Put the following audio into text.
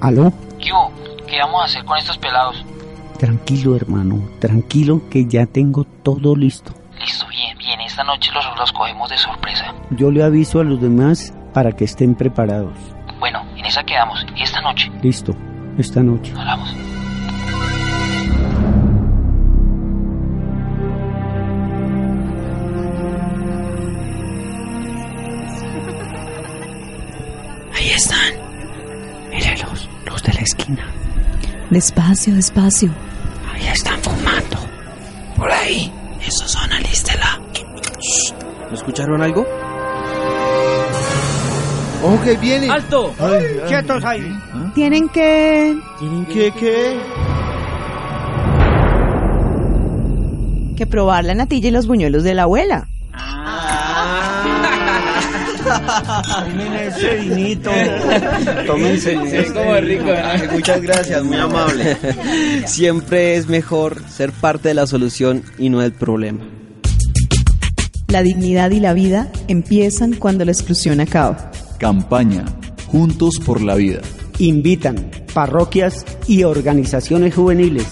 ¿Aló? ¿Qué, hubo? ¿Qué vamos a hacer con estos pelados? Tranquilo, hermano. Tranquilo que ya tengo todo listo. Listo, bien, bien. Esta noche los, los cogemos de sorpresa. Yo le aviso a los demás para que estén preparados. Bueno, en esa quedamos. Esta noche. Listo. Esta noche. Hablamos. Ahí están. Mírelos, los de la esquina. Despacio, despacio. Ahí están fumando. Por ahí. Esos son, alístela. ¿No escucharon algo? ¡Ojo que viene! ¡Alto! Ay, ay. ¡Quietos ahí! Tienen que... ¿Tienen que qué? que probar la natilla y los buñuelos de la abuela. Tomen ese vinito. Tómense. Es como rico, ¿verdad? Muchas gracias, muy amable. Siempre es mejor ser parte de la solución y no del problema. La dignidad y la vida empiezan cuando la exclusión acaba. Campaña Juntos por la Vida. Invitan parroquias y organizaciones juveniles.